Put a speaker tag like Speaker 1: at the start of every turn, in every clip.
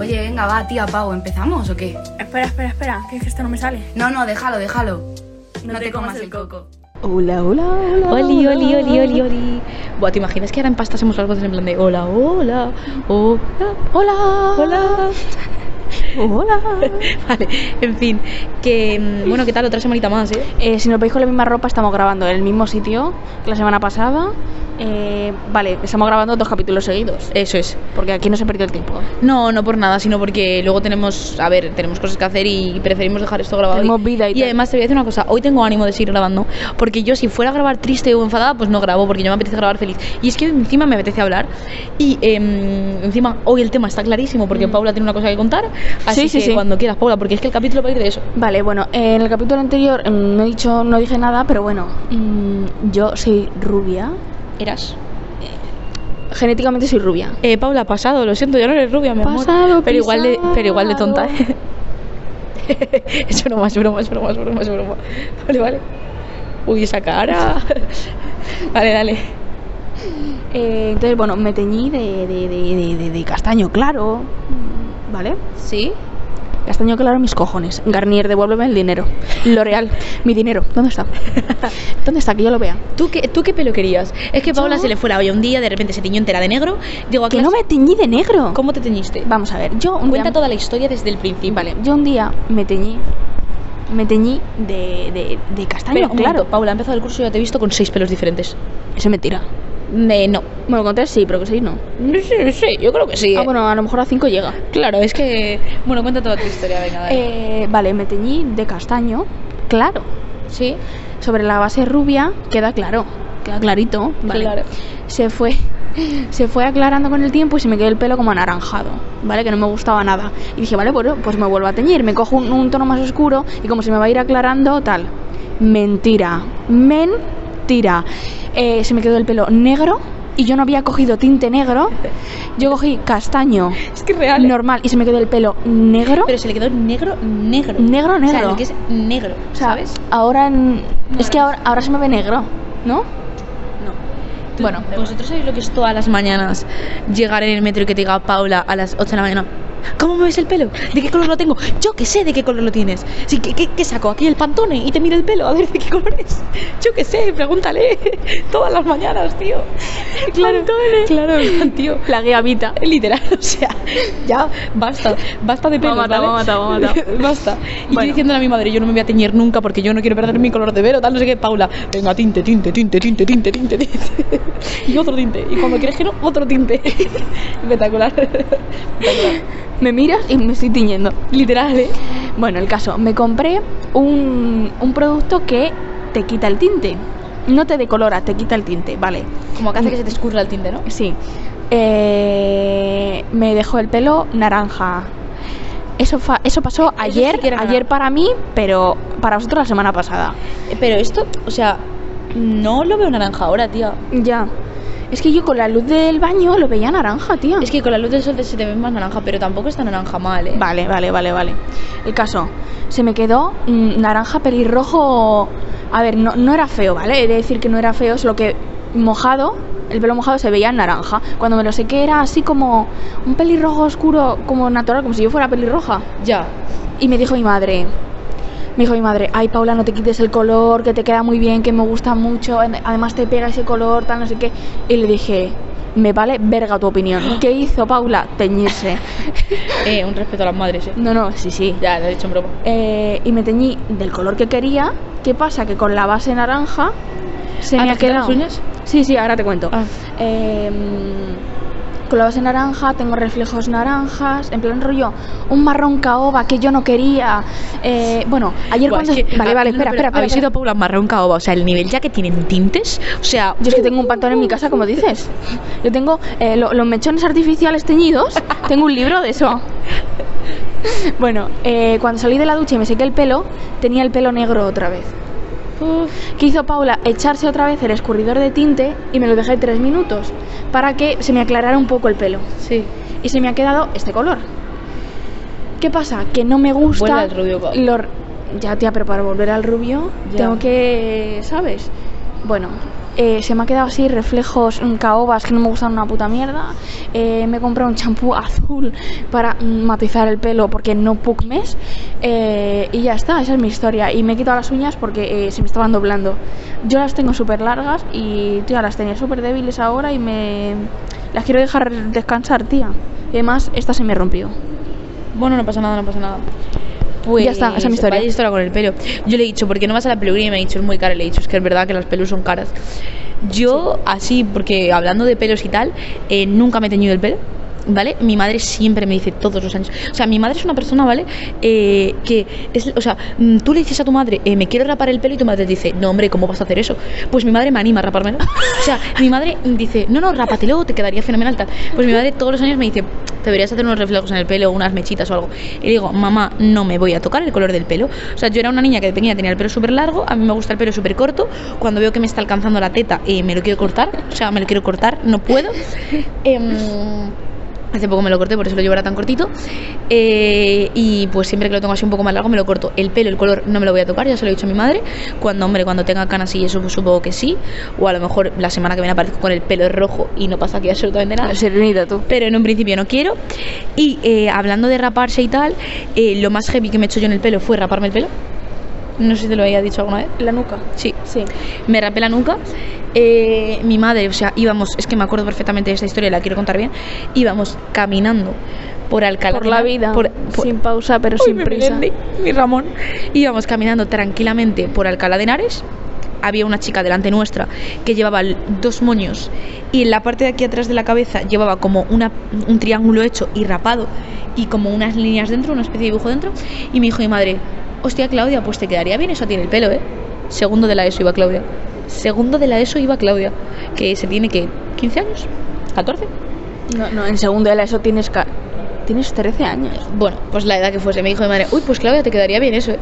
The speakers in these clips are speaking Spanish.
Speaker 1: Oye, venga, va, tía Pau, ¿empezamos o qué?
Speaker 2: Espera, espera, espera, que es que esto no me sale.
Speaker 1: No, no, déjalo, déjalo.
Speaker 2: No te comas el coco.
Speaker 3: Hola, hola, hola.
Speaker 4: Oli, oli, oli, oli, oli. Buah, ¿te imaginas que ahora en pasta hacemos algo en plan de hola, hola, hola, hola, hola?
Speaker 3: Hola.
Speaker 4: Vale, en fin, que mm, bueno, ¿qué tal? Otra semanita más, ¿eh?
Speaker 3: Eh, si nos veis con la misma ropa, estamos grabando en el mismo sitio que la semana pasada. Eh, vale, estamos grabando dos capítulos seguidos.
Speaker 4: Eso es.
Speaker 3: Porque aquí no se perdió el tiempo.
Speaker 4: No, no por nada, sino porque luego tenemos, a ver, tenemos cosas que hacer y preferimos dejar esto grabado. hoy.
Speaker 3: Tenemos vida y tal.
Speaker 4: además te voy a decir una cosa, hoy tengo ánimo de seguir grabando, porque yo si fuera a grabar triste o enfadada, pues no grabo, porque yo me apetece grabar feliz. Y es que encima me apetece hablar y em, encima hoy el tema está clarísimo, porque Paula tiene una cosa que contar, así
Speaker 3: Mm. Sí, sí,
Speaker 4: que
Speaker 3: sí.
Speaker 4: cuando quieras, Paula, porque es que el capítulo va a ir de eso.
Speaker 3: Vale, bueno, en el capítulo anterior mm, no, he dicho, no dije nada, pero bueno, mm, yo soy rubia.
Speaker 4: Eras.
Speaker 3: Genéticamente soy rubia.
Speaker 4: Eh, Paula, pasado, lo siento, ya no eres rubia, mi
Speaker 3: Pasado,
Speaker 4: amor. Pero igual de, pero igual de tonta.
Speaker 3: pisado.
Speaker 4: es broma, es broma, es broma, es broma, es broma. Vale, vale. Uy, esa cara. vale, dale.
Speaker 3: Eh, entonces, bueno, me teñí de, de- de- de- de- de castaño claro. mm, ¿Vale?
Speaker 4: ¿Sí?
Speaker 3: Castaño claro mis cojones. Garnier, devuélveme el dinero. L'Oreal, mi dinero. ¿Dónde está? ¿Dónde está? Que yo lo vea.
Speaker 4: ¿Tú qué, ¿Tú qué pelo querías? Es que Paula
Speaker 3: Yo-
Speaker 4: se le fue la olla un día, de repente se tiñó entera de negro. Digo, ¿a
Speaker 3: Que no me
Speaker 4: clase-
Speaker 3: teñí de negro.
Speaker 4: ¿Cómo te teñiste?
Speaker 3: Vamos a ver, yo un
Speaker 4: Cuenta
Speaker 3: día...
Speaker 4: toda la historia desde el principio.
Speaker 3: Vale, yo un día me teñí... Me teñí de, de, de castaño
Speaker 4: Pero, un
Speaker 3: claro.
Speaker 4: momento, Paula, ha empezado el curso y ya te he visto con seis pelos diferentes.
Speaker 3: Eso es mentira.
Speaker 4: Eh, no.
Speaker 3: Bueno, con tres sí, pero que seis no.
Speaker 4: No sé, no sé, yo creo que sí.
Speaker 3: Ah,
Speaker 4: eh.
Speaker 3: bueno, a lo mejor a cinco llega.
Speaker 4: Claro, es que. Bueno, cuenta toda tu historia, venga, dale.
Speaker 3: Eh, vale, me teñí de castaño claro.
Speaker 4: sí,
Speaker 3: Sobre la base rubia queda claro. Queda clarito. Vale.
Speaker 4: claro.
Speaker 3: se fue se fue aclarando con el tiempo y se me quedó el pelo como anaranjado, ¿vale? Que no me gustaba nada. Y dije, vale, bueno, pues me vuelvo a teñir, me cojo un, un tono más oscuro y como se me va a ir aclarando, tal. Mentira, mentira. Eh, se me quedó el pelo negro y yo no había cogido tinte negro, yo cogí castaño
Speaker 4: Es que real. ¿eh?
Speaker 3: normal y se me quedó el pelo negro.
Speaker 4: Pero se le quedó negro, negro.
Speaker 3: Negro,
Speaker 4: O sea,
Speaker 3: negro.
Speaker 4: lo que es negro,
Speaker 3: O sea,
Speaker 4: ¿sabes?
Speaker 3: Ahora en- es que
Speaker 4: no
Speaker 3: ahora, ahora se me ve negro, ¿no?
Speaker 4: No.
Speaker 3: Bueno,
Speaker 4: Bueno, vosotros sabéis lo que es todas las mañanas llegar en el metro y que te diga Paula a las 8 de la mañana. ¿Cómo me ves el pelo? ¿De qué color lo tengo? Yo que sé de qué color lo tienes. Sí, ¿qué, qué, qué saco? Aquí el pantone y te miro el pelo a ver de qué color es. Yo que sé, pregúntale. Todas las mañanas, tío. Claro, claro, en plan, tío.
Speaker 3: La guiavita.
Speaker 4: Literal, o sea, ya basta, basta de pelos,
Speaker 3: Vamos a matar,
Speaker 4: ¿vale?
Speaker 3: vamos a matar, vamos a matar.
Speaker 4: basta. Y yo
Speaker 3: Bueno.
Speaker 4: diciéndole a mi madre, yo no me voy a teñir nunca porque yo no quiero perder mi color de velo, tal, no sé qué, Paula, venga, tinte, tinte, tinte, tinte, tinte, tinte, tinte. y otro tinte, y cuando quieres que no, otro tinte. Espectacular.
Speaker 3: Me miras y me estoy tiñendo.
Speaker 4: Literal, ¿eh?
Speaker 3: Bueno, el caso, me compré un, un producto que te quita el tinte. No te decolora, te quita el tinte, vale. Mm,
Speaker 4: Como que hace que se te escurra el tinte, ¿no?
Speaker 3: Sí. Eh, me dejó el pelo naranja. Eso, fa- eso pasó ayer,
Speaker 4: sí que era
Speaker 3: ayer
Speaker 4: naranja.
Speaker 3: para mí, pero para vosotros la semana pasada.
Speaker 4: Eh, Pero esto, o sea, no lo veo naranja ahora, tía.
Speaker 3: Ya. Es que yo con la luz del baño lo veía naranja, tía.
Speaker 4: Es que con la luz del sol se te ve más naranja, pero tampoco está naranja mal, ¿eh?
Speaker 3: Vale, vale, vale, vale. El caso, se me quedó mm, naranja pelirrojo. A ver, no, no era feo, ¿vale? He de decir que no era feo, solo que mojado, el pelo mojado se veía naranja. Cuando me lo sequé era así como un pelirrojo oscuro, como natural, como si yo fuera pelirroja.
Speaker 4: Ya.
Speaker 3: Y me dijo mi madre, me dijo mi madre, ay Paula, no te quites el color, que te queda muy bien, que me gusta mucho, además te pega ese color, tal, no sé qué. Y le dije, me vale verga tu opinión. ¿Qué hizo Paula? Teñirse.
Speaker 4: Eh, un respeto a las madres, ¿eh?
Speaker 3: No, no, sí, sí.
Speaker 4: Ya, lo he dicho en broma.
Speaker 3: Eh, y me teñí del color que quería. ¿Qué pasa? Que con la base naranja se
Speaker 4: ¿Ah,
Speaker 3: me
Speaker 4: te
Speaker 3: ha
Speaker 4: has quitado
Speaker 3: quedado.
Speaker 4: las uñas?
Speaker 3: Sí, sí, ahora te cuento.
Speaker 4: Ah.
Speaker 3: Eh, mm, con la base naranja tengo reflejos naranjas, en plan rollo, un marrón caoba que yo no quería. Eh, bueno, ayer
Speaker 4: Buah,
Speaker 3: cuando.
Speaker 4: es que-
Speaker 3: vale,
Speaker 4: ah,
Speaker 3: vale,
Speaker 4: no,
Speaker 3: espera,
Speaker 4: pero
Speaker 3: espera, espera.
Speaker 4: Habéis
Speaker 3: espera.
Speaker 4: ido a Paula Marrón Caoba, o sea, el nivel ya que tienen tintes, o sea,
Speaker 3: Yo es que tengo un pantón en mi casa, como dices. Yo tengo eh, lo- los mechones artificiales teñidos, tengo un libro de eso. Bueno, eh, cuando salí de la ducha y me sequé el pelo, tenía el pelo negro otra vez. ¿Qué hizo Paula? Echarse otra vez el escurridor de tinte y me lo dejé tres minutos para que se me aclarara un poco el pelo.
Speaker 4: sí.
Speaker 3: Y se me ha quedado este color. ¿Qué pasa? Que no me gusta.
Speaker 4: Vuelve al rubio, Paula.
Speaker 3: lo- Ya, tía, pero para volver al rubio
Speaker 4: Ya.
Speaker 3: tengo que. ¿Sabes? Bueno, eh, se me ha quedado así reflejos mm, caobas que no me gustan una puta mierda. Eh, me he comprado un champú azul para mm, matizar el pelo porque no puc mes. Eh, y ya está, esa es mi historia. Y me he quitado las uñas porque eh, se me estaban doblando. Yo las tengo súper largas y tía, las tenía súper débiles ahora y me las quiero dejar descansar, tía. Y además, esta se me rompió.
Speaker 4: Bueno, no pasa nada, no pasa nada. Pues
Speaker 3: Ya está, esa es mi historia.
Speaker 4: vaya historia con el pelo. Yo le he dicho, ¿por qué no vas a la peluquería? Y me ha dicho, es muy cara. Le he dicho, es que es verdad que las pelus son caras. Yo, así, porque hablando de pelos y tal, eh, nunca me he teñido el pelo. ¿Vale? Mi madre siempre me dice todos los años. O sea, mi madre es una persona, ¿vale? Eh, que es. O sea, mm, tú le dices a tu madre, eh, me quiero rapar el pelo, y tu madre te dice, no, hombre, ¿cómo vas a hacer eso? Pues mi madre me anima a rapármelo. O sea, mi madre dice, no, no, rápatelo, te quedaría fenomenal tal. Pues mi madre todos los años me dice, te deberías hacer unos reflejos en el pelo, unas mechitas o algo. Y digo, mamá, no me voy a tocar el color del pelo. O sea, yo era una niña que de pequeña tenía el pelo súper largo, a mí me gusta el pelo súper corto. Cuando veo que me está alcanzando la teta, eh, me lo quiero cortar. O sea, me lo quiero cortar, no puedo. Em, Hace poco me lo corté, por eso lo llevará tan cortito. Eh, y pues siempre que lo tengo así un poco más largo me lo corto. El pelo, el color, no me lo voy a tocar, ya se lo he dicho a mi madre. Cuando, hombre, cuando tenga canas y eso pues, supongo que sí. O a lo mejor la semana que viene aparezco con el pelo rojo y no pasa aquí absolutamente nada
Speaker 3: Serenita, tú.
Speaker 4: pero en un principio no quiero. Y eh, hablando de raparse y tal, eh, lo más heavy que me he hecho yo en el pelo fue raparme el pelo. No sé si te lo había dicho alguna vez.
Speaker 3: La nuca.
Speaker 4: Sí,
Speaker 3: Sí.
Speaker 4: me rapé la nuca. Eh, mi madre, o sea, íbamos, es que me acuerdo perfectamente de esta historia, la quiero contar bien. Íbamos caminando por Alcalá.
Speaker 3: Por la vida.
Speaker 4: por- por-
Speaker 3: sin pausa, pero
Speaker 4: Uy,
Speaker 3: sin
Speaker 4: me
Speaker 3: prisa.
Speaker 4: prendí, mi Ramón. Íbamos caminando tranquilamente por Alcalá de Henares. Había una chica delante nuestra que llevaba l- dos moños y en la parte de aquí atrás de la cabeza llevaba como una, un triángulo hecho y rapado y como unas líneas dentro, una especie de dibujo dentro. Y me dijo mi madre, hostia Claudia, pues te quedaría bien eso tiene el pelo, ¿eh? Segundo de la ESO iba Claudia. Segundo de la ESO iba Claudia, que se tiene que 15 años, 14.
Speaker 3: No, no, en segundo de la ESO tienes, ca- tienes 13 años.
Speaker 4: Bueno, pues la edad que fuese, me dijo mi madre, uy, pues Claudia, te quedaría bien eso, ¿eh?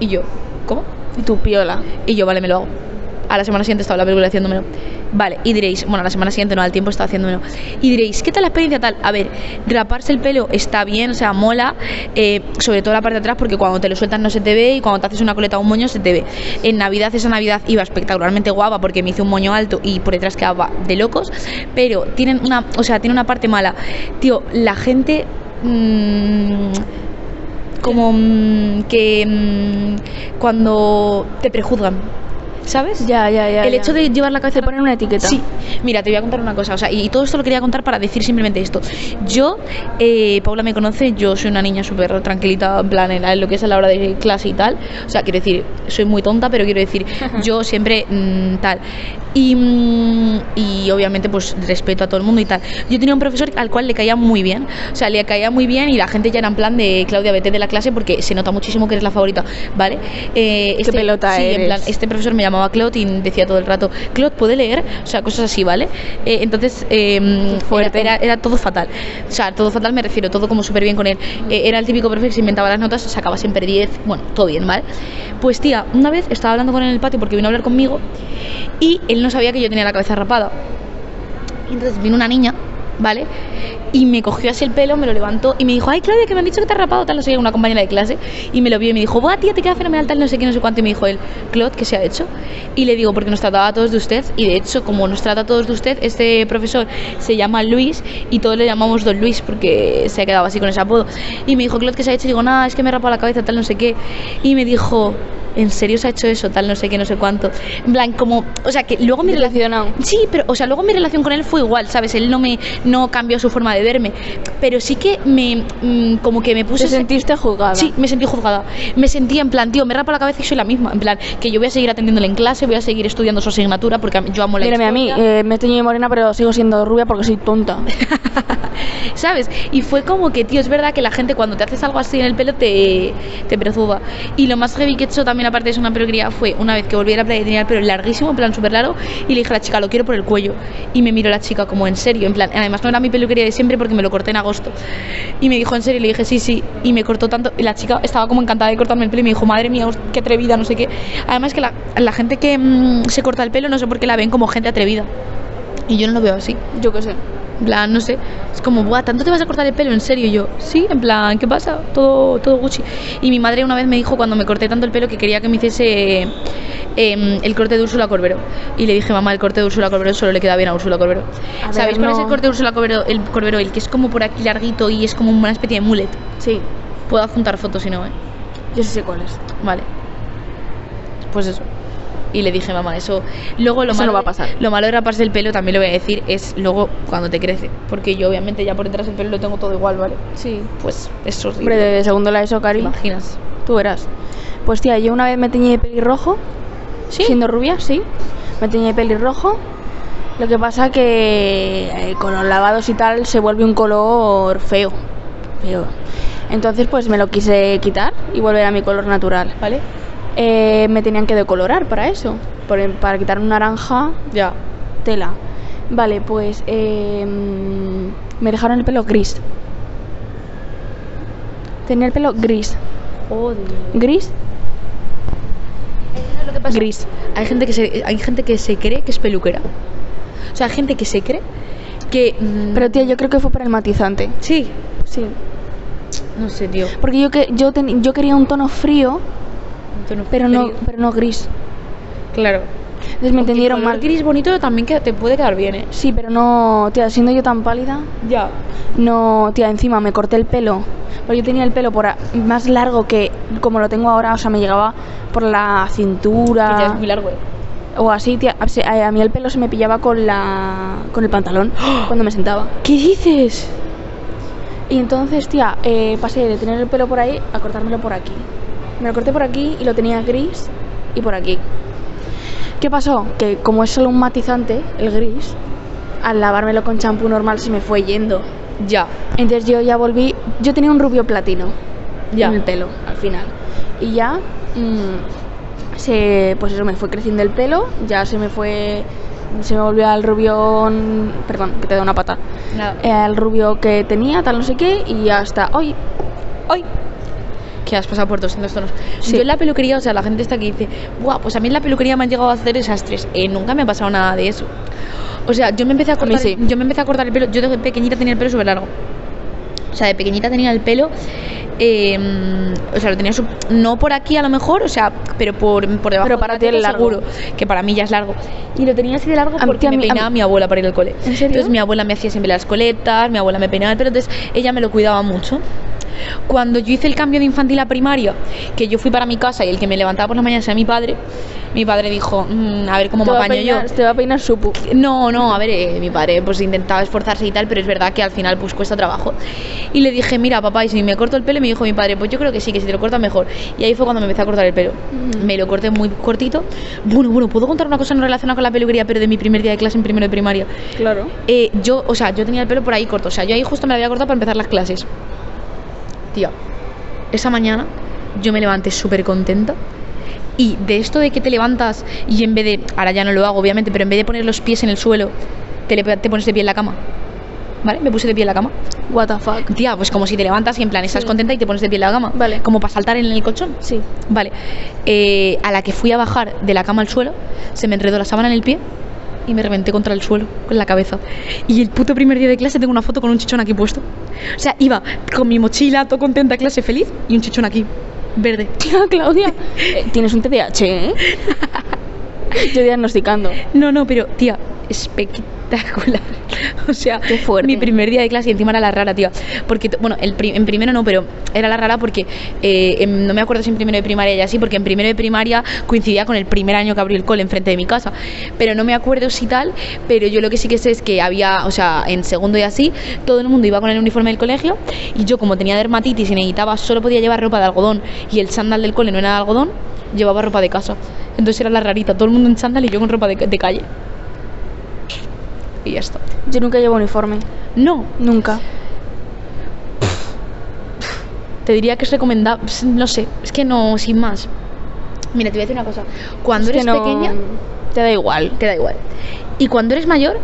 Speaker 4: Y yo, ¿cómo?
Speaker 3: Y tu piola.
Speaker 4: Y yo, vale, me lo hago. A la semana siguiente estaba la película haciéndomelo. Vale, y diréis, bueno, a la semana siguiente no, al tiempo estaba haciéndomelo. Y diréis, ¿qué tal la experiencia tal? A ver, raparse el pelo está bien, o sea, mola, eh, sobre todo la parte de atrás, porque cuando te lo sueltas no se te ve y cuando te haces una coleta o un moño se te ve. En Navidad, esa Navidad iba espectacularmente guapa porque me hice un moño alto y por detrás quedaba de locos, pero tienen una, o sea, tiene una parte mala. Tío, la gente. mm, como mm, que mm, cuando te prejuzgan, ¿sabes?
Speaker 3: Ya, ya, ya.
Speaker 4: el hecho de llevar la cabeza
Speaker 3: Te ponen una etiqueta.
Speaker 4: Sí, mira, te voy a contar una cosa, o sea, y todo esto lo quería contar para decir simplemente esto. Yo, eh, Paula me conoce, yo soy una niña súper tranquilita, en plan, en la- en lo que es a la hora de clase y tal. O sea, quiero decir, soy muy tonta, pero quiero decir, yo siempre mm, tal. Y, mm, y obviamente, pues respeto a todo el mundo y tal. Yo tenía un profesor al cual le caía muy bien, o sea, le caía muy bien y la gente ya era en plan de Claudia, vete de la clase porque se nota muchísimo que eres la favorita, ¿vale? Eh,
Speaker 3: pelota
Speaker 4: sí, en
Speaker 3: eres.
Speaker 4: plan, este profesor me llamaba Claude y decía todo el rato, Claude puede leer, o sea, cosas así, ¿vale? Eh, entonces, eh, era-
Speaker 3: fuerte.
Speaker 4: Era, era todo fatal. O sea, todo fatal me refiero, todo como súper bien con él. Eh, era el típico profesor que se inventaba las notas, sacaba siempre 10, bueno, todo bien, ¿vale? Pues tía, una vez estaba hablando con él en el patio porque vino a hablar conmigo y él no sabía que yo tenía la cabeza rapada. Y entonces vino una niña, ¿vale? Y me cogió así el pelo, me lo levantó y me dijo, ay Claudia, que me han dicho que te has rapado tal, no sé qué, una compañera de clase. Y me lo vio y me dijo, buah, tía, te queda fenomenal tal, no sé qué, no sé cuánto. Y me dijo él, Claude, ¿qué se ha hecho? Y le digo, porque nos trataba a todos de usted. Y de hecho, como nos trata a todos de usted, este profesor se llama Luis y todos le llamamos Don Luis porque se ha quedado así con ese apodo. Y me dijo, Claude, ¿qué se ha hecho? Y digo, nada, es que me he rapado la cabeza tal, no sé qué. Y me dijo... ¿En serio se ha hecho eso? Tal, no sé qué, no sé cuánto. En plan, como. O sea, que luego mi relación.
Speaker 3: Relacionado.
Speaker 4: Sí, pero, o sea, luego mi relación con él fue igual, ¿sabes? Él no me no cambió su forma de verme, pero sí que me mm, como que me puse
Speaker 3: Te
Speaker 4: ese-
Speaker 3: sentiste juzgada.
Speaker 4: Sí, me sentí juzgada. Me sentí en plan, tío, me rapa la cabeza y soy la misma. En plan, que yo voy a seguir atendiéndole en clase, voy a seguir estudiando su asignatura porque a mí- yo amo la
Speaker 3: Mírame a mí,
Speaker 4: historia.
Speaker 3: eh, me he teñido de morena, pero sigo siendo rubia porque soy tonta.
Speaker 4: ¿Sabes? Y fue como que, tío, es verdad que la gente cuando te haces algo así en el pelo te, te perturba. Y lo más heavy que he hecho también, aparte de eso, una peluquería, fue una vez que volví a la playa y tenía el pelo larguísimo, en plan súper largo, y le dije a la chica, lo quiero por el cuello. Y me miró la chica como, en serio, en plan, además no era mi peluquería de siempre porque me lo corté en agosto. Y me dijo, en serio, y le dije, sí, sí. Y me cortó tanto, y la chica estaba como encantada de cortarme el pelo y me dijo, madre mía, host- qué atrevida, no sé qué. Además que la, la gente que mm, se corta el pelo, no sé por qué la ven como gente atrevida. Y yo no lo veo así.
Speaker 3: Yo qué sé.
Speaker 4: En plan, no sé. Es como, buah, ¿tanto te vas a cortar el pelo? ¿En serio? Y yo, sí, en plan, ¿qué pasa? Todo, todo Gucci. Y mi madre una vez me dijo cuando me corté tanto el pelo que quería que me hiciese em, el corte de Úrsula Corbero. Y le dije, mamá, el corte de Úrsula Corbero solo le queda bien a Úrsula Corbero.
Speaker 3: A ver,
Speaker 4: ¿Sabéis cuál es el
Speaker 3: no.
Speaker 4: corte de Úrsula Corbero? El, Corbero, el que es como por aquí larguito y es como una especie de mullet.
Speaker 3: Sí,
Speaker 4: Puedo adjuntar fotos si no, ¿eh?
Speaker 3: yo sí sé cuál es.
Speaker 4: Vale. Pues eso. Y le dije, mamá, eso. Luego lo
Speaker 3: Eso
Speaker 4: malo.
Speaker 3: no va a pasar.
Speaker 4: Lo malo de raparse el pelo, también lo voy a decir, es luego cuando te crece. Porque yo, obviamente, ya por detrás el pelo lo tengo todo igual, ¿vale?
Speaker 3: Sí.
Speaker 4: Pues es horrible.
Speaker 3: Hombre, de segundo la ESO,
Speaker 4: ¿Te
Speaker 3: Cari,
Speaker 4: imaginas?
Speaker 3: tú eras. Pues tía, yo una vez me teñí de pelirrojo, siendo rubia, sí. Me teñí de pelirrojo. Lo que pasa que eh, con los lavados y tal se vuelve un color feo. Feo. Entonces pues me lo quise quitar y volver a mi color natural.
Speaker 4: ¿Vale?
Speaker 3: Eh, me tenían que decolorar para eso. por- para quitar un naranja
Speaker 4: Ya.
Speaker 3: Tela. Vale, pues eh, mm, me dejaron el pelo gris. Tenía el pelo gris.
Speaker 4: Joder.
Speaker 3: Gris,
Speaker 4: ¿Sabes lo que pasa?
Speaker 3: gris.
Speaker 4: Hay gente que se, hay gente que se cree que es peluquera. O sea, hay gente que se cree que. mm,
Speaker 3: Pero tía, yo creo que fue para el matizante.
Speaker 4: Sí.
Speaker 3: Sí.
Speaker 4: No sé, tío.
Speaker 3: Porque yo que yo ten- yo quería un tono frío,
Speaker 4: Un tono
Speaker 3: pero no
Speaker 4: frío.
Speaker 3: pero no gris.
Speaker 4: Claro.
Speaker 3: Entonces me entendieron mal.
Speaker 4: gris bonito también que te puede quedar bien, ¿eh?
Speaker 3: Sí, pero no, tía, siendo yo tan pálida,
Speaker 4: Ya.
Speaker 3: no, tía, encima me corté el pelo. Porque yo tenía el pelo por a- más largo que como lo tengo ahora, o sea, me llegaba por la cintura.
Speaker 4: Que ya es muy largo, ¿eh?
Speaker 3: O así, tía, a- se- a, a mí el pelo se me pillaba con la con el pantalón cuando me sentaba.
Speaker 4: ¡Ah! ¿Qué dices?
Speaker 3: Y entonces, tía, eh, pasé de tener el pelo por ahí a cortármelo por aquí. Me lo corté por aquí y lo tenía gris y por aquí. ¿Qué pasó? Que como es solo un matizante, el gris, al lavármelo con champú normal se me fue yendo.
Speaker 4: Ya,
Speaker 3: Entonces yo ya volví, yo tenía un rubio platino
Speaker 4: ya.
Speaker 3: en el pelo al final. Y ya, mm, se, pues eso, me fue creciendo el pelo, ya se me fue, se me volvió al rubión, perdón, que te da una pata,
Speaker 4: Nada.
Speaker 3: eh, al rubio que tenía, tal no sé qué, y hasta hoy.
Speaker 4: Hoy. Que has pasado por 200 tonos.
Speaker 3: Sí.
Speaker 4: Yo en la peluquería, o sea, la gente está aquí dice, guau, pues a mí en la peluquería me han llegado a hacer desastres. Eh, nunca me ha pasado nada de eso. O sea, yo me empecé a
Speaker 3: mí
Speaker 4: cortar,
Speaker 3: sí.
Speaker 4: yo me empecé a cortar el pelo, yo de pequeñita tenía el pelo súper largo. O sea, de pequeñita tenía el pelo, eh, o sea, lo tenía su- no por aquí a lo mejor, o sea, pero por, por debajo.
Speaker 3: Pero
Speaker 4: de
Speaker 3: para
Speaker 4: la
Speaker 3: ti era
Speaker 4: teta
Speaker 3: largo.
Speaker 4: seguro, que para mí ya es largo. Y lo tenía así de largo
Speaker 3: A mí-
Speaker 4: porque
Speaker 3: a
Speaker 4: me
Speaker 3: mí- a mí-
Speaker 4: peinaba mi abuela para ir al cole.
Speaker 3: ¿En serio?
Speaker 4: Entonces mi abuela me hacía siempre las coletas, mi abuela me peinaba el pelo, entonces ella me lo cuidaba mucho. Cuando yo hice el cambio de infantil a primaria, que yo fui para mi casa y el que me levantaba por las mañanas era mi padre, mi padre dijo, "Mm, a ver cómo
Speaker 3: te,
Speaker 4: me
Speaker 3: va a
Speaker 4: apaño yo.
Speaker 3: peinar, te va a peinar Supu.
Speaker 4: No, no, a ver, eh, mi padre pues intentaba esforzarse y tal, pero es verdad que al final pues cuesta trabajo. Y le dije, mira papá, y si me corto el pelo, Y me dijo mi padre, pues yo creo que sí, que si te lo cortas mejor. Y ahí fue cuando me empecé a cortar el pelo.
Speaker 3: Mm.
Speaker 4: Me lo corté muy cortito. Bueno, bueno, puedo contar una cosa no relacionada con la peluquería, pero de mi primer día de clase en primero de primaria.
Speaker 3: Claro.
Speaker 4: Eh, yo, o sea, yo tenía el pelo por ahí corto. O sea, yo ahí justo me lo había cortado para empezar las clases. Tía, esa mañana yo me levanté súper contenta. Y de esto de que te levantas y en vez de, ahora ya no lo hago obviamente, pero en vez de poner los pies en el suelo, te, le- te pones de pie en la cama. ¿Vale? Me puse de pie en la cama.
Speaker 3: What the fuck.
Speaker 4: Tía, pues como si te levantas y en plan estás
Speaker 3: Sí.
Speaker 4: contenta y te pones de pie en la cama.
Speaker 3: Vale.
Speaker 4: Como para saltar en el colchón.
Speaker 3: Sí.
Speaker 4: Vale. Eh, a la que fui a bajar de la cama al suelo, se me enredó la sábana en el pie y me reventé contra el suelo con la cabeza. Y el puto primer día de clase tengo una foto con un chichón aquí puesto. O sea, iba con mi mochila, todo contenta, clase feliz y un chichón aquí, verde.
Speaker 3: Tía, Claudia, eh, tienes un TDAH, ¿eh? yo diagnosticando.
Speaker 4: No, no, pero tía, espectacular. O sea,
Speaker 3: Qué fuerte.
Speaker 4: mi primer día de clase y encima era la rara, tía. Porque, t- bueno, el pri- en primero no, pero era la rara porque eh, em, no me acuerdo si en primero de primaria ya sí, porque en primero de primaria coincidía con el primer año que abrió el cole enfrente de mi casa. Pero no me acuerdo si tal, pero yo lo que sí que sé es que había, o sea, en segundo y así, todo el mundo iba con el uniforme del colegio y yo, como tenía dermatitis y necesitaba, solo podía llevar ropa de algodón y el chándal del cole no era de algodón, llevaba ropa de casa. Entonces era la rarita, todo el mundo en chándal y yo con ropa de, de calle. Y ya está.
Speaker 3: Yo nunca llevo uniforme.
Speaker 4: No,
Speaker 3: Nunca.
Speaker 4: te diría que es recomendable, no sé, es que no, sin más. Mira, te voy a decir una cosa, cuando
Speaker 3: Es que
Speaker 4: eres
Speaker 3: no-
Speaker 4: pequeña
Speaker 3: Te da igual.
Speaker 4: te da igual. Y cuando eres mayor,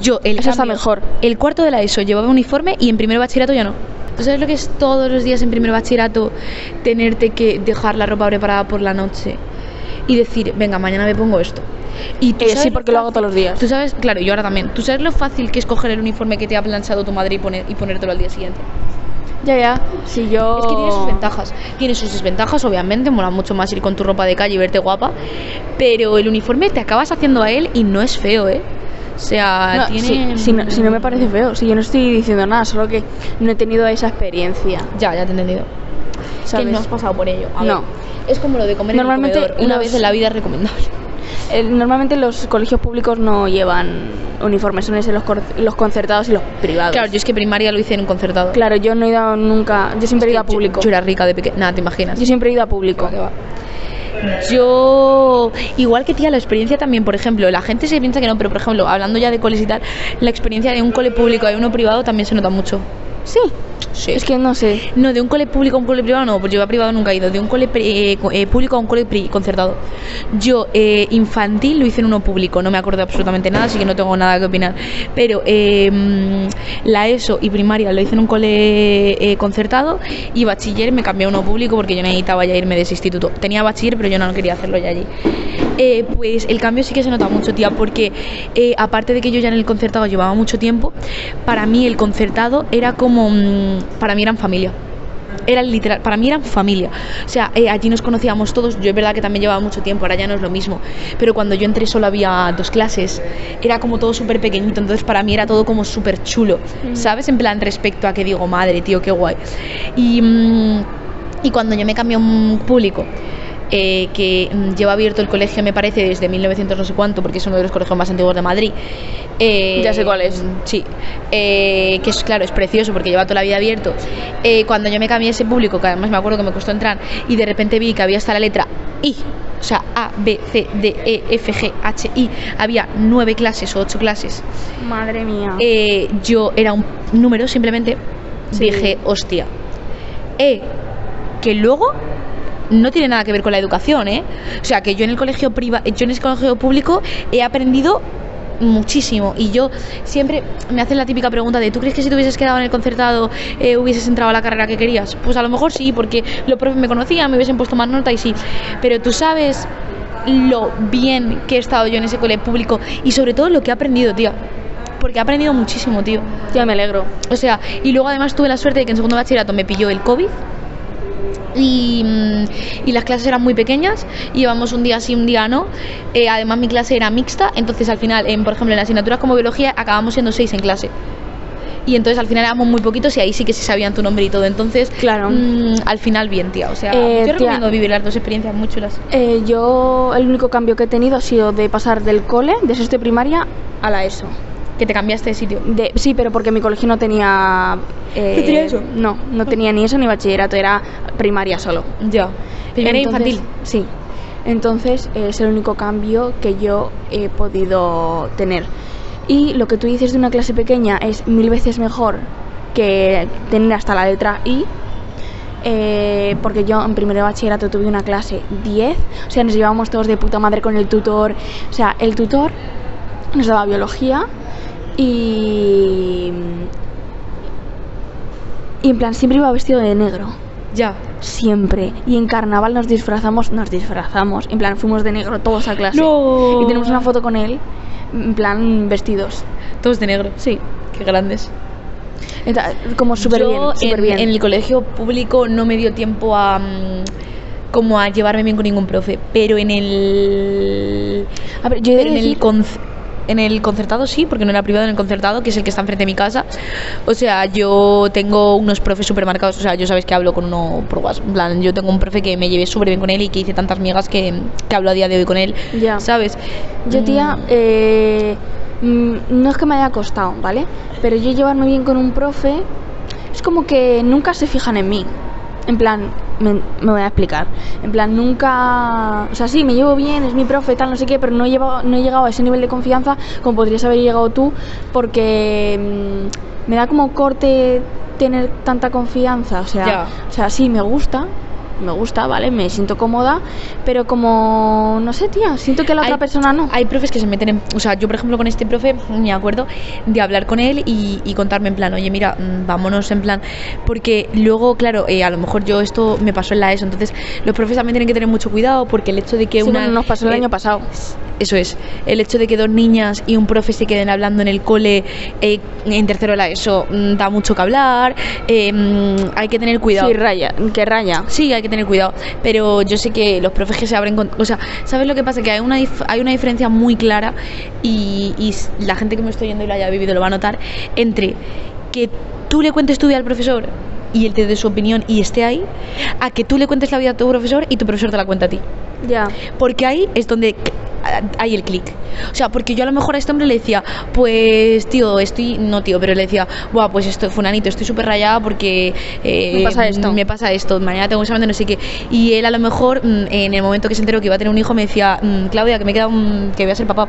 Speaker 4: yo el
Speaker 3: Eso está
Speaker 4: cambio-
Speaker 3: mejor.
Speaker 4: El cuarto de la ESO llevaba uniforme y en primer bachillerato ya no. ¿Tú sabes lo que es todos los días en primer bachillerato tenerte que dejar la ropa preparada por la noche y decir, venga, mañana me pongo esto? Y tú
Speaker 3: Eh,
Speaker 4: sabes
Speaker 3: sí, porque lo hago
Speaker 4: fácil-
Speaker 3: todos los días.
Speaker 4: Tú sabes, claro, yo ahora también. Tú sabes lo fácil que es coger el uniforme que te ha planchado tu madre y, poner, y ponértelo al día siguiente.
Speaker 3: Ya, ya. Si yo.
Speaker 4: Es que tiene sus ventajas. Tiene sus desventajas, obviamente. Mola mucho más ir con tu ropa de calle y verte guapa. Pero el uniforme te acabas haciendo a él y no es feo, ¿eh? O sea,
Speaker 3: No,
Speaker 4: tiene.
Speaker 3: si, si no, si no me parece feo, si yo no estoy diciendo nada, solo que no he tenido esa experiencia.
Speaker 4: Ya, ya te he entendido.
Speaker 3: ¿sabes?
Speaker 4: Que no has pasado por ello. A
Speaker 3: No.
Speaker 4: ver, es como lo de comer
Speaker 3: Normalmente
Speaker 4: en el comedor. Una
Speaker 3: los-
Speaker 4: vez en la vida es recomendable.
Speaker 3: Eh, normalmente los colegios públicos no llevan uniformes, son ese los, cor- los concertados y los privados.
Speaker 4: Claro, yo es que primaria lo hice en un concertado.
Speaker 3: Claro, yo no he ido nunca, yo siempre he ido a
Speaker 4: Yo-
Speaker 3: público.
Speaker 4: Yo, era rica de pequeña. Nada, te imaginas.
Speaker 3: Yo siempre he ido a público.
Speaker 4: Que va, que va. Yo, igual que tía, la experiencia también, por ejemplo, la gente se piensa que no, pero por ejemplo, hablando ya de coles y tal, la experiencia de un cole público y uno privado también se nota mucho.
Speaker 3: Sí,
Speaker 4: Sí.
Speaker 3: es que no sé.
Speaker 4: No, de un cole público a un cole privado no, porque yo a privado nunca he ido. De un cole pri- eh, co- eh, público a un cole pri- concertado. Yo eh, infantil lo hice en uno público, no me acuerdo absolutamente nada, así que no tengo nada que opinar. Pero eh, mm, la ESO y primaria lo hice en un cole eh, concertado y bachiller me cambié a uno público porque yo necesitaba ya irme de ese instituto. Tenía bachiller, pero yo no quería hacerlo ya allí. Eh, pues el cambio sí que se nota mucho, tía, porque eh, aparte de que yo ya en el concertado llevaba mucho tiempo, para mí el concertado era como. mm, para mí eran familia. Era literal, para mí eran familia. O sea, eh, allí nos conocíamos todos. Yo es verdad que también llevaba mucho tiempo, ahora ya no es lo mismo. Pero cuando yo entré solo había dos clases. Era como todo súper pequeñito, entonces para mí era todo como súper chulo. ¿Sabes? En plan, respecto a que digo, madre, tío, qué guay. Y, mm, y cuando yo me cambié a un público, eh, que mm, lleva abierto el colegio, me parece, desde 1900 no sé cuánto, porque es uno de los colegios más antiguos de Madrid. eh,
Speaker 3: Ya sé cuál es.
Speaker 4: Sí, eh, que es claro, es precioso porque lleva toda la vida abierto. Eh, cuando yo me cambié a ese público, que además me acuerdo que me costó entrar, y de repente vi que había hasta la letra I, o sea, A, B, C, D, E, F, G, H, I, había nueve clases o ocho clases.
Speaker 3: Madre mía.
Speaker 4: Eh, yo era un número, simplemente
Speaker 3: Sí.
Speaker 4: dije, hostia. Eh, que luego no tiene nada que ver con la educación, ¿eh? O sea, que yo en el colegio priva, yo en el colegio público he aprendido muchísimo y yo siempre me hacen la típica pregunta de ¿tú crees que si te hubieses quedado en el concertado eh, hubieses entrado a la carrera que querías? Pues a lo mejor sí, porque los profes me conocían, me hubiesen puesto más nota y sí, pero tú sabes lo bien que he estado yo en ese colegio público y sobre todo lo que he aprendido, tío, porque he aprendido muchísimo, tío.
Speaker 3: Ya me alegro.
Speaker 4: O sea, y luego además tuve la suerte de que en segundo de bachillerato me pilló el COVID. Y, mm, y las clases eran muy pequeñas, íbamos un día sí, un día no. Eh, además, mi clase era mixta, entonces al final, en, por ejemplo, en asignaturas como biología, acabamos siendo seis en clase. Y entonces al final éramos muy poquitos y ahí sí que se sabían tu nombre y todo. Entonces,
Speaker 3: Claro.
Speaker 4: mm, al final, bien, tía. O sea,
Speaker 3: Eh,
Speaker 4: yo
Speaker 3: tía.
Speaker 4: recomiendo vivir las dos experiencias muy chulas.
Speaker 3: Eh, yo el único cambio que he tenido ha sido de pasar del cole, de sexto de primaria, a la ESO.
Speaker 4: Que te cambiaste de sitio.
Speaker 3: De- sí, pero porque mi colegio no tenía... eh,
Speaker 4: ¿No tenía eso?
Speaker 3: No, no tenía ni eso ni bachillerato, era primaria solo.
Speaker 4: Ya. Primera
Speaker 3: Entonces-
Speaker 4: infantil.
Speaker 3: Sí. Entonces eh, es el único cambio que yo he podido tener. Y lo que tú dices de una clase pequeña es mil veces mejor que tener hasta la letra I. eh, porque yo en primero de bachillerato tuve una clase 10, o sea, nos llevábamos todos de puta madre con el tutor. O sea, el tutor nos daba biología y. Y en plan, siempre iba vestido de negro
Speaker 4: Ya.
Speaker 3: siempre. Y en carnaval nos disfrazamos, nos disfrazamos. En plan, fuimos de negro todos a clase.
Speaker 4: No.
Speaker 3: Y tenemos una foto con él, en plan, vestidos.
Speaker 4: Todos de negro. Sí. Qué grandes.
Speaker 3: Enta- Como súper
Speaker 4: Yo
Speaker 3: bien, súper
Speaker 4: en,
Speaker 3: bien.
Speaker 4: en el colegio público no me dio tiempo a mm, como a llevarme bien con ningún profe, pero en el
Speaker 3: A ver, yo he de
Speaker 4: pero en el
Speaker 3: decir-
Speaker 4: conc- en el concertado sí, porque no era privado, en el concertado, que es el que está enfrente de mi casa. O sea, yo tengo unos profes súper marcados. O sea, yo sabéis que hablo con uno por WhatsApp. En plan, yo tengo un profe que me llevé súper bien con él y que hice tantas migas que, que hablo a día de hoy con él.
Speaker 3: Ya.
Speaker 4: ¿Sabes?
Speaker 3: Yo, tía,
Speaker 4: Mm,
Speaker 3: eh, mm, no es que me haya costado, ¿vale? Pero yo llevarme bien con un profe es como que nunca se fijan en mí. En plan, me, me voy a explicar. En plan, nunca. O sea, sí, me llevo bien, es mi profe, tal, no sé qué, pero no he, llevado- no he llegado a ese nivel de confianza como podrías haber llegado tú, porque mm, me da como corte tener tanta confianza. O sea,
Speaker 4: Ya.
Speaker 3: o sea sí, me gusta, me gusta, ¿vale? Me siento cómoda, pero como, no sé, tía, siento que la otra
Speaker 4: Hay-
Speaker 3: persona no.
Speaker 4: Hay profes que se meten en. O sea, yo, por ejemplo, con este profe me acuerdo de hablar con él y, y contarme en plan, oye, mira, mm, vámonos en plan. Porque luego, claro, eh, a lo mejor yo esto me pasó en la ESO. Entonces, los profes también tienen que tener mucho cuidado porque el hecho de que
Speaker 3: Sí,
Speaker 4: una.
Speaker 3: bueno, nos pasó el
Speaker 4: eh,
Speaker 3: año pasado.
Speaker 4: Eso es. El hecho de que dos niñas y un profe se queden hablando en el cole eh, en tercero de la ESO mm, da mucho que hablar. eh, mm, hay que tener cuidado.
Speaker 3: Sí, raya, que raya.
Speaker 4: Sí, hay que tener cuidado. Pero yo sé que los profes que se abren con. O sea, ¿sabes lo que pasa? Que hay una, dif- hay una diferencia muy clara y, y s- la gente que me estoy yendo y lo haya vivido lo va a notar. Entre que tú le cuentes tu vida al profesor y él te dé su opinión y esté ahí, a que tú le cuentes la vida a tu profesor y tu profesor te la cuenta a ti.
Speaker 3: Ya.
Speaker 4: Porque ahí es donde c- hay el clic. O sea, porque yo a lo mejor a este hombre le decía, pues tío, estoy. No, tío, pero le decía, guau, pues estoy funanito, estoy súper rayada porque. eh,
Speaker 3: Me pasa esto.
Speaker 4: Me pasa esto, mañana tengo un examen de no sé qué. Y él a lo mejor, mm, en el momento que se enteró que iba a tener un hijo, me decía, mm, Claudia, que me queda un. que voy a ser papá.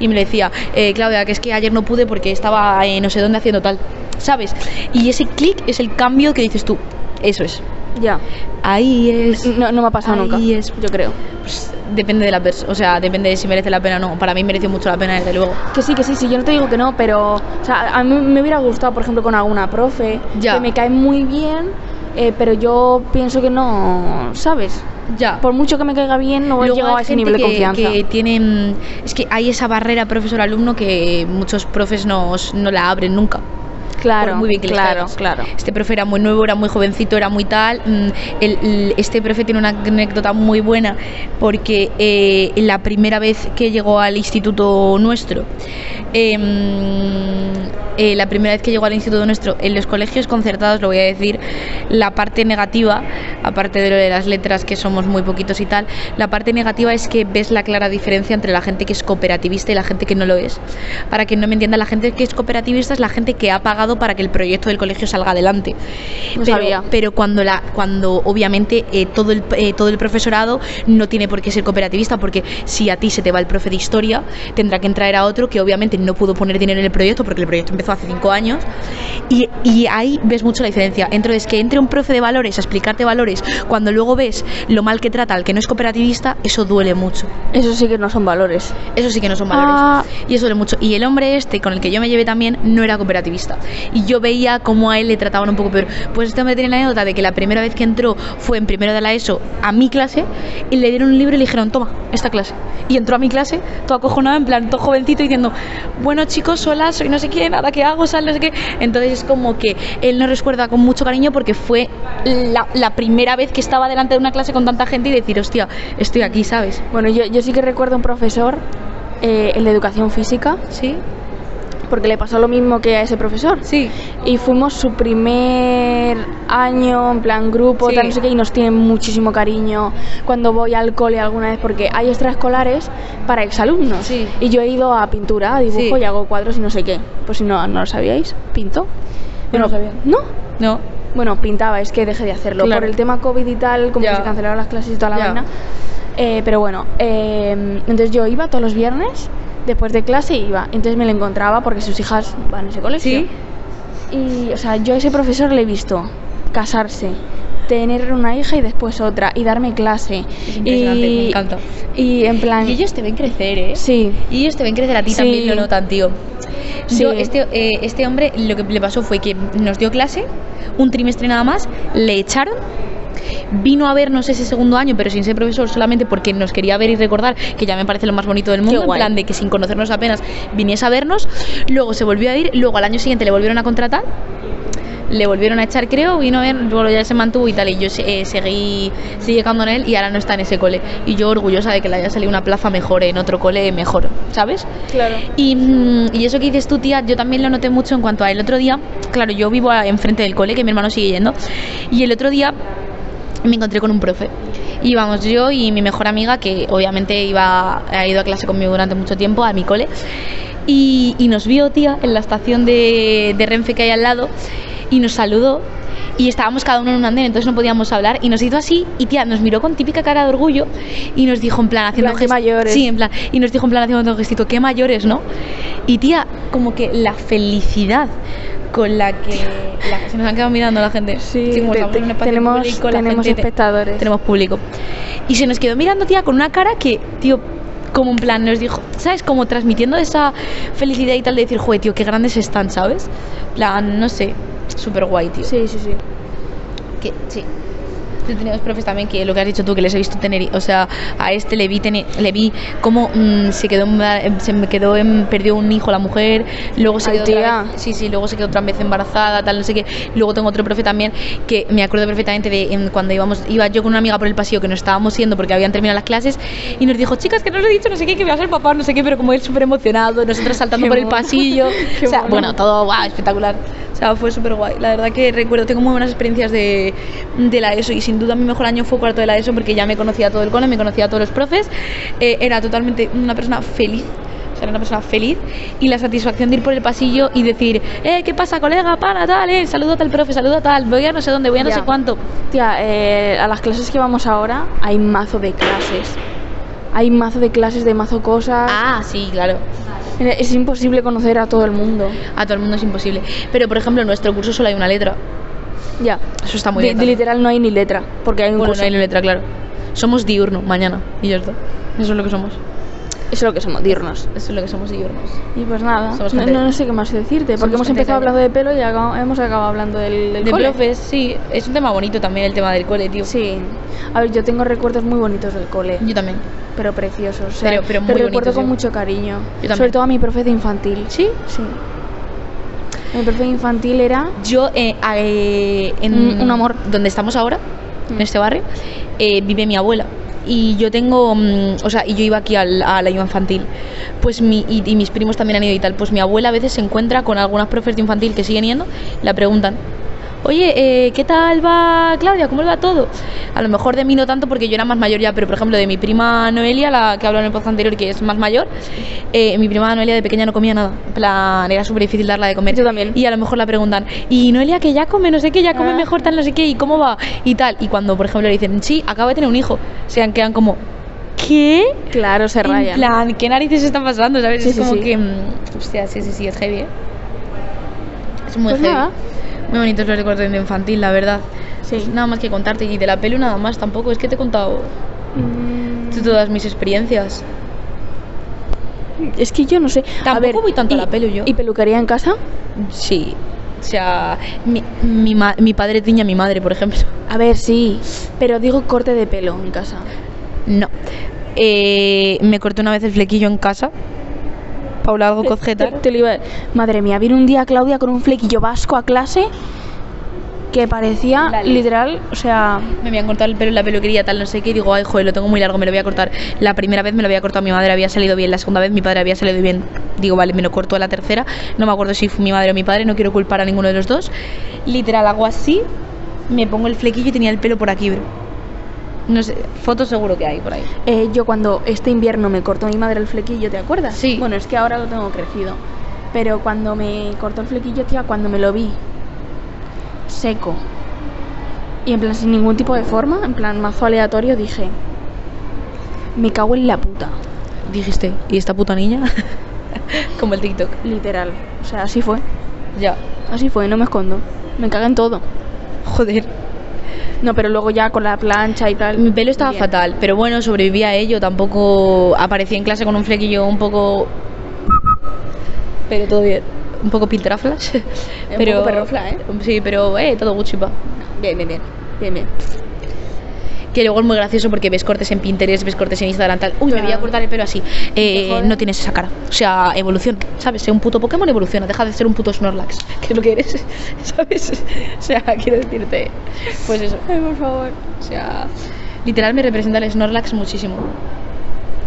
Speaker 4: Y me lo decía, "Eh, Claudia, que es que ayer no pude porque estaba eh, no sé dónde haciendo tal. ¿Sabes? Y ese clic es el cambio que dices tú. Eso es.
Speaker 3: Ya.
Speaker 4: Ahí es.
Speaker 3: No, no me ha pasado
Speaker 4: Ahí
Speaker 3: nunca.
Speaker 4: es.
Speaker 3: Yo creo.
Speaker 4: Pues, depende de la persona, o sea, depende de si merece la pena o no. Para mí mereció mucho la pena, desde luego.
Speaker 3: Que sí, que sí, sí, yo no te digo que no, pero o sea, a mí me hubiera gustado, por ejemplo, con alguna profe
Speaker 4: Ya.
Speaker 3: que me cae muy bien, eh, pero yo pienso que no, ¿sabes?
Speaker 4: Ya.
Speaker 3: Por mucho que me caiga bien, no he
Speaker 4: Luego
Speaker 3: llegado
Speaker 4: hay
Speaker 3: a ese
Speaker 4: gente
Speaker 3: nivel de
Speaker 4: que-
Speaker 3: confianza.
Speaker 4: Que tienen, es que hay esa barrera profesor-alumno que muchos profes no, os- no la abren nunca.
Speaker 3: claro,
Speaker 4: por muy bien que les
Speaker 3: claro,
Speaker 4: caigas.
Speaker 3: claro.
Speaker 4: Este profe era muy nuevo, era muy jovencito, era muy tal. mm, el- el- este profe tiene una anécdota muy buena porque eh, la primera vez que llegó al instituto nuestro, eh, mm, eh, la primera vez que llegó al instituto nuestro, en los colegios concertados, lo voy a decir, la parte negativa, aparte de lo de las letras que somos muy poquitos y tal, la parte negativa es que ves la clara diferencia entre la gente que es cooperativista y la gente que no lo es. Para que no me entienda, la gente que es cooperativista es la gente que ha pagado para que el proyecto del colegio salga adelante.
Speaker 3: No
Speaker 4: pero,
Speaker 3: sabía.
Speaker 4: pero cuando la cuando obviamente eh, todo el eh, todo el profesorado no tiene por qué ser cooperativista porque si a ti se te va el profe de historia, tendrá que entrar a otro que obviamente no pudo poner dinero en el proyecto porque el proyecto empezó hace cinco años. Y, y ahí ves mucho la diferencia. Entonces, que entre un profe de valores a explicarte valores, cuando luego ves lo mal que trata al que no es cooperativista, eso duele mucho.
Speaker 3: Eso sí que no son valores.
Speaker 4: Eso sí que no son valores.
Speaker 3: Ah.
Speaker 4: Y eso duele mucho. Y el hombre este con el que yo me llevé también no era cooperativista. Y yo veía cómo a él le trataban un poco peor. Pues este hombre tiene la anécdota de que la primera vez que entró fue en primero de la ESO a mi clase y le dieron un libro y le dijeron, toma, esta clase. Y entró a mi clase, todo acojonado, en plan, todo jovencito, diciendo, bueno chicos, hola, soy no sé quién, nada que hago, sal, no sé qué. Entonces es como que él no recuerda con mucho cariño porque fue la, la primera vez que estaba delante de una clase con tanta gente y decir, hostia, estoy aquí, ¿sabes?
Speaker 3: Bueno, yo, yo sí que recuerdo un profesor, eh, el de educación física,
Speaker 4: Sí,
Speaker 3: porque le pasó lo mismo que a ese profesor.
Speaker 4: sí.
Speaker 3: Y fuimos su primer año, en plan grupo,
Speaker 4: Sí.
Speaker 3: tal, no sé qué, y nos tienen muchísimo cariño cuando voy al cole alguna vez, porque hay extraescolares para exalumnos.
Speaker 4: Sí.
Speaker 3: Y yo he ido a pintura, a dibujo
Speaker 4: Sí.
Speaker 3: y hago cuadros y no sé qué. Pues si no, no lo sabíais, pinto. Yo
Speaker 4: No lo
Speaker 3: sabía. ¿No?
Speaker 4: No,
Speaker 3: Bueno, pintaba, es que dejé de hacerlo.
Speaker 4: Claro.
Speaker 3: Por el tema COVID y tal, como
Speaker 4: Ya.
Speaker 3: que se cancelaron las clases y toda la
Speaker 4: Ya.
Speaker 3: vaina. Eh, pero bueno, eh, entonces yo iba todos los viernes, después de clase iba. Entonces me lo encontraba porque sus hijas van a ese colegio.
Speaker 4: Sí.
Speaker 3: Y, o sea, yo a ese profesor le he visto casarse, tener una hija y después otra, y darme clase.
Speaker 4: Es impresionante,
Speaker 3: y,
Speaker 4: me encanta.
Speaker 3: Y en plan.
Speaker 4: Y ellos te ven crecer, ¿eh?
Speaker 3: Sí.
Speaker 4: Y ellos te ven crecer a ti
Speaker 3: Sí.
Speaker 4: también, lo notan, tío.
Speaker 3: Sí.
Speaker 4: Yo, este, eh, este hombre, lo que le pasó fue que nos dio clase, un trimestre nada más, le echaron, vino a vernos ese segundo año, pero sin ser profesor, solamente porque nos quería ver y recordar, que ya me parece lo más bonito del mundo, en
Speaker 3: guay.
Speaker 4: plan de que sin conocernos apenas viniese a vernos, luego se volvió a ir, luego al año siguiente le volvieron a contratar, le volvieron a echar, creo, vino a ver, luego ya se mantuvo y tal, y yo se- eh, seguí, seguí llegando en él y ahora no está en ese cole. Y yo orgullosa de que le haya salido una plaza mejor en otro cole mejor, ¿sabes?
Speaker 3: Claro.
Speaker 4: Y, mm, y eso que dices tú, tía, yo también lo noté mucho en cuanto a el otro día. Claro, yo vivo a- enfrente del cole, que mi hermano sigue yendo. Y el otro día me encontré con un profe. Íbamos yo y mi mejor amiga, que obviamente iba, ha ido a clase conmigo durante mucho tiempo, a mi cole. Y, y nos vio, tía, en la estación de, de Renfe que hay al lado. Y nos saludó. Y estábamos cada uno en un andén, entonces no podíamos hablar. Y nos hizo así. Y tía, nos miró con típica cara de orgullo. Y nos dijo, en plan, haciendo
Speaker 3: plan, qué
Speaker 4: gest-
Speaker 3: mayores.
Speaker 4: Sí, en plan. Y nos dijo, en plan, haciendo un gestito, qué mayores, ¿no? Y tía, como que la felicidad con la que, la que se nos han quedado mirando la gente.
Speaker 3: Sí,
Speaker 4: como
Speaker 3: te-
Speaker 4: estamos
Speaker 3: te-
Speaker 4: en un espacio
Speaker 3: tenemos-
Speaker 4: público, la
Speaker 3: tenemos
Speaker 4: gente te-
Speaker 3: espectadores.
Speaker 4: tenemos público. Y se nos quedó mirando, tía, con una cara que, tío, como en plan, nos dijo, ¿sabes? Como transmitiendo esa felicidad y tal de decir, joder, tío, qué grandes están, ¿sabes? Plan, no sé, súper guay, tío.
Speaker 3: Sí, sí, sí.
Speaker 4: Que, sí. Yo he tenido dos profes también que lo que has dicho tú, que les he visto tener, o sea, a este le vi tener, le vi cómo mm, se quedó, emba- em, se me quedó, en, perdió un hijo la mujer, luego se
Speaker 3: Ay,
Speaker 4: quedó otra
Speaker 3: tía.
Speaker 4: vez, sí, sí, luego se quedó otra vez embarazada, tal, no sé qué. Luego tengo otro profe también que me acuerdo perfectamente de em, cuando íbamos, iba yo con una amiga por el pasillo que nos estábamos yendo porque habían terminado las clases y nos dijo, chicas, que no os he dicho, no sé qué, que voy a ser papá, no sé qué, pero como él súper emocionado, nosotros saltando
Speaker 3: Qué
Speaker 4: por el
Speaker 3: mono.
Speaker 4: pasillo,
Speaker 3: Qué
Speaker 4: o sea,
Speaker 3: mono.
Speaker 4: bueno, todo guau, espectacular. O sea, fue súper guay. La verdad que recuerdo, tengo muy buenas experiencias de, de la ESO y sin duda mi mejor año fue cuarto de la ESO porque ya me conocía todo el cole, me conocía a todos los profes. eh, era totalmente una persona feliz. O sea, era una persona feliz y la satisfacción de ir por el pasillo y decir, eh, ¿qué pasa, colega? Para, tal, eh, saludo a tal profe, saludo a tal, voy a no sé dónde, voy a no
Speaker 3: Ya.
Speaker 4: sé cuánto.
Speaker 3: Tía, eh, a las clases que vamos ahora hay mazo de clases. Hay mazo de clases, de mazo cosas.
Speaker 4: Ah, sí, claro.
Speaker 3: Mira, Es imposible conocer a todo el mundo.
Speaker 4: A todo el mundo es imposible. Pero, por ejemplo, en nuestro curso solo hay una letra.
Speaker 3: Ya.
Speaker 4: Eso está Ah, muy
Speaker 3: de,
Speaker 4: bien.
Speaker 3: de
Speaker 4: también.
Speaker 3: literal no hay ni letra, porque hay un
Speaker 4: Bueno,
Speaker 3: curso.
Speaker 4: no hay letra, claro. Somos diurno, mañana, y ya está. Eso es lo que somos.
Speaker 3: Eso es lo que somos, dirnos.
Speaker 4: Eso es lo que somos diurnos.
Speaker 3: Y pues nada,
Speaker 4: Somos
Speaker 3: no,
Speaker 4: gente-
Speaker 3: no- no sé qué más decirte, porque
Speaker 4: somos
Speaker 3: hemos
Speaker 4: gente
Speaker 3: empezado
Speaker 4: callada.
Speaker 3: hablando de pelo y acabo- hemos acabado hablando del, del
Speaker 4: De
Speaker 3: cole.
Speaker 4: profes, sí. Es un tema bonito también el tema del cole, tío.
Speaker 3: Sí. A ver, yo tengo recuerdos muy bonitos del cole,
Speaker 4: Yo también.
Speaker 3: pero preciosos. o sea,
Speaker 4: Pero- pero
Speaker 3: los
Speaker 4: muy
Speaker 3: recuerdo
Speaker 4: bonitos,
Speaker 3: con
Speaker 4: yo-
Speaker 3: mucho cariño.
Speaker 4: Yo también.
Speaker 3: Sobre todo a mi profe de infantil.
Speaker 4: ¿Sí?
Speaker 3: Sí. Mi profe de infantil era...
Speaker 4: Yo, eh, a- eh, en
Speaker 3: Mm, un amor.
Speaker 4: donde estamos ahora, en
Speaker 3: Mm.
Speaker 4: este barrio, eh, vive mi abuela. Y yo tengo, mm, o sea, y yo iba aquí al, a la ayuda infantil. Pues mi, y, y mis primos también han ido y tal. Pues mi abuela a veces se encuentra con algunas profes de infantil que siguen yendo, la preguntan. Oye, eh, ¿qué tal va Claudia? ¿Cómo le va todo? A lo mejor de mí no tanto porque yo era más mayor ya, pero por ejemplo de mi prima Noelia, la que habló en el podcast anterior, que es más mayor, eh, mi prima Noelia de pequeña no comía nada. En plan, era súper difícil darla de comer.
Speaker 3: Yo también.
Speaker 4: Y a lo mejor la preguntan, y Noelia que ya come, no sé qué, ya come
Speaker 3: Ah.
Speaker 4: mejor, tal, no sé qué, y cómo va, y tal. Y cuando por ejemplo le dicen, sí, acaba de tener un hijo, se quedan como, ¿qué?
Speaker 3: Claro, se
Speaker 4: En
Speaker 3: rayan.
Speaker 4: plan, ¿qué narices está pasando? ¿Sabes?
Speaker 3: Sí,
Speaker 4: es
Speaker 3: sí,
Speaker 4: como
Speaker 3: sí.
Speaker 4: que. mm, Hostia, sí, sí, sí, es heavy, ¿eh? Es muy
Speaker 3: Pues
Speaker 4: heavy.
Speaker 3: nada.
Speaker 4: Muy bonitos los recuerdos de infantil, la verdad.
Speaker 3: Sí.
Speaker 4: Pues nada más que contarte. Y de la pelu nada más tampoco. Es que te he contado
Speaker 3: Mm,
Speaker 4: todas mis experiencias.
Speaker 3: Es que yo no sé.
Speaker 4: Tampoco
Speaker 3: a ver,
Speaker 4: voy tanto a
Speaker 3: y-
Speaker 4: la pelu yo.
Speaker 3: ¿Y peluquería en casa?
Speaker 4: Sí. O sea, mi, mi, ma- mi padre tiña a mi madre, por ejemplo.
Speaker 3: A ver, sí. Pero digo corte de pelo en casa.
Speaker 4: No. Eh, me corté una vez el flequillo en casa. Paula, algo que objetar.
Speaker 3: Te- te lo iba a- Madre mía, vino un día Claudia con un flequillo vasco a clase que parecía
Speaker 4: Dale.
Speaker 3: literal, o sea,
Speaker 4: me habían cortado el pelo en la peluquería, tal, no sé qué, y digo, ay, joder, lo tengo muy largo, me lo voy a cortar. La primera vez me lo había cortado mi madre, había salido bien, la segunda vez mi padre había salido bien, digo, vale, me lo corto a la tercera, no me acuerdo si fue mi madre o mi padre, no quiero culpar a ninguno de los dos. Literal, hago así, me pongo el flequillo y tenía el pelo por aquí, bro. No sé, fotos seguro que hay por ahí.
Speaker 3: eh, yo cuando este invierno me cortó mi madre el flequillo, ¿te acuerdas?
Speaker 4: Sí.
Speaker 3: Bueno, es que ahora lo tengo crecido. Pero cuando me cortó el flequillo, tía, cuando me lo vi seco y en plan sin ningún tipo de forma, en plan mazo aleatorio, dije, me cago en la puta,
Speaker 4: Dijiste, ¿y esta puta niña? Como el TikTok.
Speaker 3: literal. O sea, así fue,
Speaker 4: Ya.
Speaker 3: así fue, no me escondo. Me cagan todo.
Speaker 4: Joder.
Speaker 3: No, pero luego ya con la plancha y tal.
Speaker 4: Mi pelo estaba
Speaker 3: bien.
Speaker 4: fatal, pero bueno, sobreviví a ello. Tampoco aparecí en clase con un flequillo un poco. Pero todo bien. Un poco piltraflas. pero...
Speaker 3: poco perrofla, ¿eh?
Speaker 4: Sí, pero eh, todo Gucci pa.
Speaker 3: Bien, bien, bien. Bien, bien.
Speaker 4: Que luego es muy gracioso porque ves cortes en Pinterest, ves cortes en Instagram, tal. Uy, me voy a
Speaker 3: Claro.
Speaker 4: cortar el pelo así. Eh,
Speaker 3: te joden.
Speaker 4: no tienes esa cara. O sea, evolución, ¿sabes? Sé un puto Pokémon evoluciona, deja de ser un puto Snorlax, que es lo que eres, ¿sabes? O sea, quiero decirte. Pues eso.
Speaker 3: Ay, por favor.
Speaker 4: O sea, literal me representa el Snorlax muchísimo.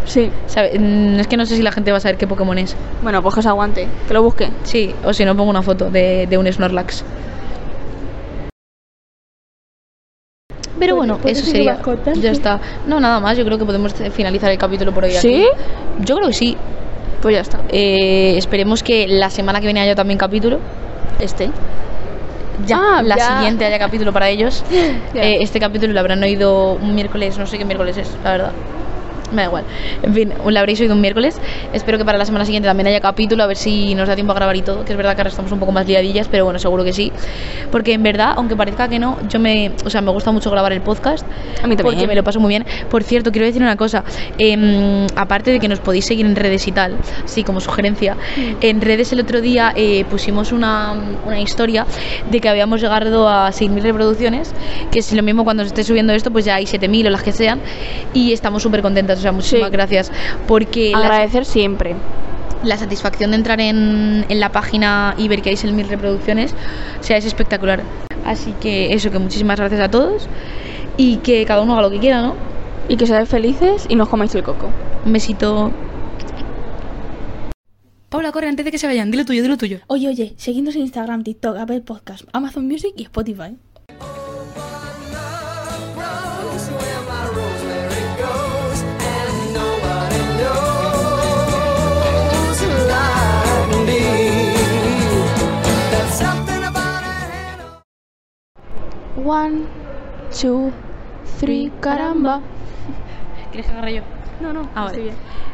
Speaker 3: Sí.
Speaker 4: Sabe- mm, Es que no sé si la gente va a saber qué Pokémon es.
Speaker 3: Bueno, pues que os aguante. Que lo busque.
Speaker 4: Sí, o si no pongo una foto de, de un Snorlax. Pero
Speaker 3: Bueno,
Speaker 4: bueno,
Speaker 3: pues
Speaker 4: eso
Speaker 3: eso sí que
Speaker 4: sería.
Speaker 3: vas contando.
Speaker 4: Ya está. No, nada más. Yo creo que podemos eh, finalizar el capítulo por hoy. aquí.
Speaker 3: ¿Sí?
Speaker 4: Yo creo que sí.
Speaker 3: Pues ya está.
Speaker 4: Eh, esperemos que la semana que viene haya también capítulo. Este. Ya,
Speaker 3: Ah,
Speaker 4: la
Speaker 3: ya.
Speaker 4: siguiente haya capítulo para ellos.
Speaker 3: Ya.
Speaker 4: Eh, este capítulo lo habrán oído un miércoles, no sé qué miércoles es, la verdad. Me da igual. En fin, la habréis oído un miércoles. Espero que para la semana siguiente también haya capítulo, a ver si nos da tiempo a grabar y todo. Que es verdad que ahora estamos un poco más liadillas, pero bueno, seguro que sí. Porque en verdad, aunque parezca que no, yo me. O sea, me gusta mucho grabar el podcast.
Speaker 3: A mí también.
Speaker 4: Porque me lo paso muy bien. Por cierto, quiero decir una cosa. em, aparte de que nos podéis seguir en redes y tal, sí, como sugerencia.
Speaker 3: Mm.
Speaker 4: En redes el otro día eh, pusimos una, una historia de que habíamos llegado a 6.000 reproducciones, que es lo mismo cuando se esté subiendo esto, pues ya hay 7.000 o las que sean. Y estamos súper contentas, o sea, muchísimas
Speaker 3: Sí.
Speaker 4: gracias. Porque la,
Speaker 3: Agradecer siempre.
Speaker 4: la satisfacción de entrar en, en la página y ver que hay 6.000 reproducciones, o sea, es espectacular. Así que eso, que muchísimas gracias a todos y que cada uno haga lo que quiera, ¿no?
Speaker 3: Y que seáis felices y no os comáis el coco.
Speaker 4: Un besito.
Speaker 1: Paula, corre antes de que se vayan. Dilo tuyo, dilo tuyo.
Speaker 2: Oye, oye, seguidnos en Instagram, TikTok, Apple Podcast, Amazon Music y Spotify.
Speaker 3: One, two, three, caramba.
Speaker 4: ¿Quieres que agarre yo?
Speaker 3: No, no,
Speaker 4: Ah, vale.
Speaker 3: estoy bien.